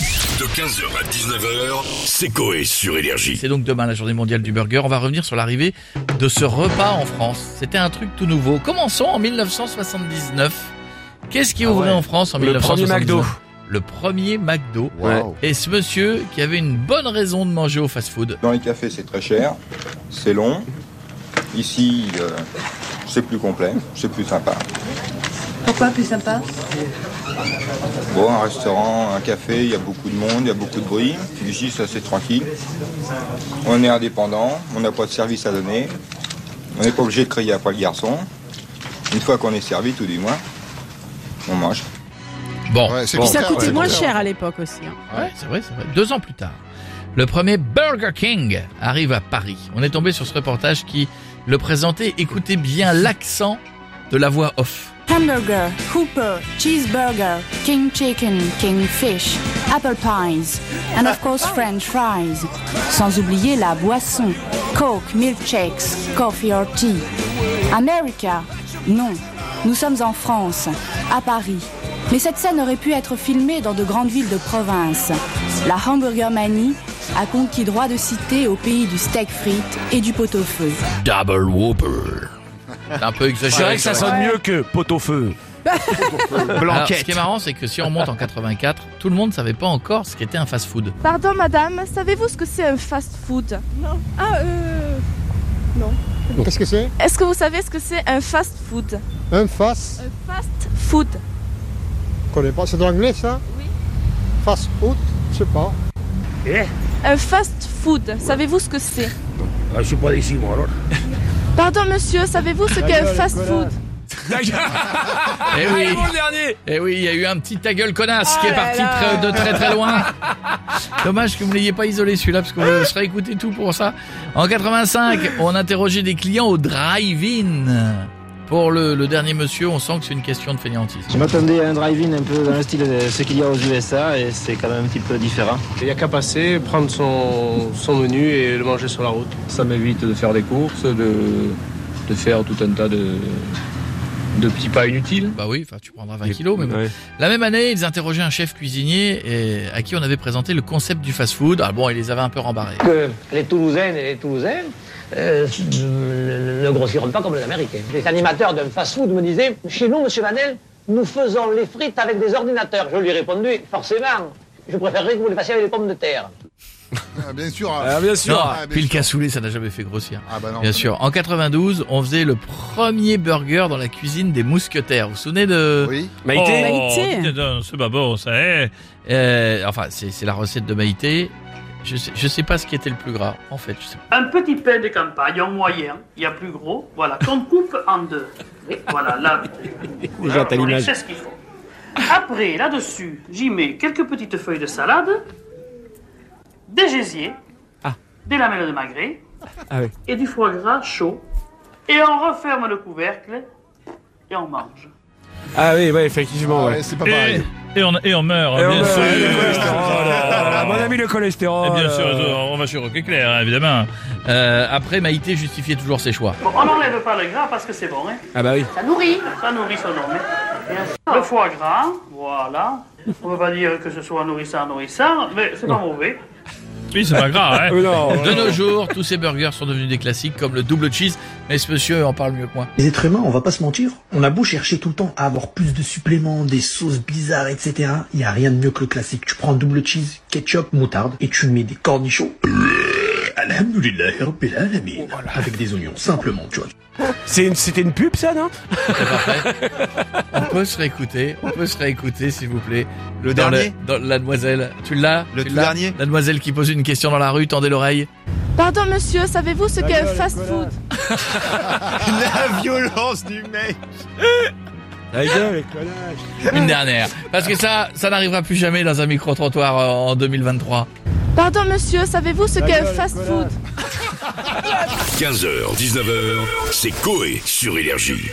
De 15h à 19h, c'est Coé sur Énergie. C'est donc demain la journée mondiale du burger. On va revenir sur l'arrivée de ce repas en France. C'était un truc tout nouveau. Commençons en 1979. Qu'est-ce qui ouvrait en France en Ah Le premier 1979 McDo. Le premier McDo. Wow. Et ce monsieur qui avait une bonne raison de manger au fast-food. Dans les cafés, c'est très cher, c'est long. Ici, euh, c'est plus complet, c'est plus sympa. Pourquoi plus sympa Bon, un restaurant, un café, il y a beaucoup de monde, il y a beaucoup de bruit. Ici, ça c'est tranquille. On est indépendant, on n'a pas de service à donner. On n'est pas obligé de crier après le garçon. Une fois qu'on est servi, tout du moins, on mange. Bon, Ouais, c'est Bon. le Puis ça contraire, coûtait ouais, moins le contraire. cher à l'époque aussi. hein. Ouais, c'est vrai, c'est vrai. Deux ans plus tard, le premier Burger King arrive à Paris. On est tombé sur ce reportage qui le présentait. Écoutez bien l'accent de la voix off. Hamburger, Hooper, Cheeseburger, King Chicken, King Fish, Apple Pies, and of course French fries. Sans oublier la boisson, Coke, milkshakes, coffee or tea. America, non. Nous sommes en France, à Paris. Mais cette scène aurait pu être filmée dans de grandes villes de province. La Hamburger Manie a conquis droit de cité au pays du steak frites et du pot-au-feu. Double Whopper. C'est un peu exagéré. C'est vrai que ça quand sonne même. mieux que pot au feu. Alors, ce qui est marrant, c'est que si on remonte en 84, tout le monde savait pas encore ce qu'était un fast-food. Pardon madame, savez-vous ce que c'est un fast-food Non. Ah euh... Qu'est-ce que c'est Est-ce que vous savez ce que c'est un fast-food Un fast Fast-food. Je connais pas. C'est de l'anglais ça Oui. Fast food Je sais pas. Un fast-food, savez-vous ce que c'est Ah, je suis pas d'ici, moi, alors. Pardon monsieur, savez-vous ce qu'est un fast-food Eh Allez, oui, ah, bon, le dernier Ah eh oui, il y a eu un petit ta gueule connasse qui est Oh là parti là. très- de très très loin. Dommage que vous l'ayez pas isolé celui-là parce que vous serez écouté tout pour ça. En 85, on interrogeait des clients au drive-in. Pour le, le dernier monsieur, on sent que c'est une question de fainéantise. Je m'attendais à un drive-in un peu dans le style de ce qu'il y a aux USA et c'est quand même un petit peu différent. Il n'y a qu'à passer, prendre son, son menu et le manger sur la route. Ça m'évite de faire des courses, de, de faire tout un tas de, de petits pas inutiles. Bah oui, enfin tu prendras 20 kilos, mais bon. La même année, ils interrogeaient un chef cuisinier et à qui on avait présenté le concept du fast-food. Ah bon, il les avait un peu rembarrés. les Toulousaines et les Toulousains euh, ne grossiront pas comme les Américains. Les animateurs d'un fast-food me disaient Chez nous, monsieur Manel, nous faisons les frites avec des ordinateurs. Je lui ai répondu Forcément, je préférerais que vous les fassiez avec des pommes de terre. Ah, Bien sûr. Ah, bien sûr. Non, Ah, bien puis le sûr. cassoulet, ça n'a jamais fait grossir. Ah bah non. Bien sûr. En 92, on faisait le premier burger dans la cuisine des mousquetaires. Vous vous souvenez de Oui. Maïté Oh, Maïté. dis donc, c'est pas bon, ça. eh. Euh, enfin, c'est c'est la recette de Maïté. Je sais, je sais pas ce qui était le plus gras, en fait. Je sais pas. Un petit pain de campagne en moyen, il y a plus gros, voilà, qu'on coupe en deux. Voilà, là, Déjà, t'as l'image. c'est ce qu'il faut. Après, là-dessus, j'y mets quelques petites feuilles de salade, des gésiers, des lamelles de magret, Ah oui. et du foie gras chaud, et on referme le couvercle, et on mange. Ah oui, ouais, effectivement, Ah ouais. ouais, c'est pas pareil. Et on, et on meurt, Oh Et on a- le cholestérol. Ah, Mon ami, le cholestérol. euh, on va sur Rock Éclair, hein, évidemment. Euh, après, Maïté justifiait toujours ses choix. Bon, on n'enlève pas le gras parce que c'est bon, hein. Ah bah oui. Ça nourrit. Ça nourrit son homme. Le foie gras, voilà. On ne va pas dire que ce soit nourrissant, nourrissant, mais c'est pas mauvais. Oui, c'est pas grave. hein. Euh, non. De nos jours, tous ces burgers sont devenus des classiques comme le double cheese. Mais ce monsieur en parle mieux que moi. Les êtres humains, on va pas se mentir, on a beau chercher tout le temps à avoir plus de suppléments, des sauces bizarres, etc. Il n'y a rien de mieux que le classique. Tu prends double cheese, ketchup, moutarde, et tu mets des cornichons. Alhamdulillah, Rabbil Alamin. Avec des oignons, simplement, tu vois. C'est une- C'était une pub, ça, non On peut se réécouter, on peut se réécouter, s'il vous plaît. Le Dans dernier dans La demoiselle, tu l'as Le Tu tout l'as dernier La demoiselle qui pose une question dans la rue, tendez l'oreille. Pardon monsieur, savez-vous ce qu'est un fast-food La violence du mec La gueule, avec Une dernière. Parce que ça, ça n'arrivera plus jamais dans un micro-trottoir euh, en 2023. Pardon monsieur, savez-vous ce qu'est un fast-food 15h, 19h, c'est Coé sur Énergie.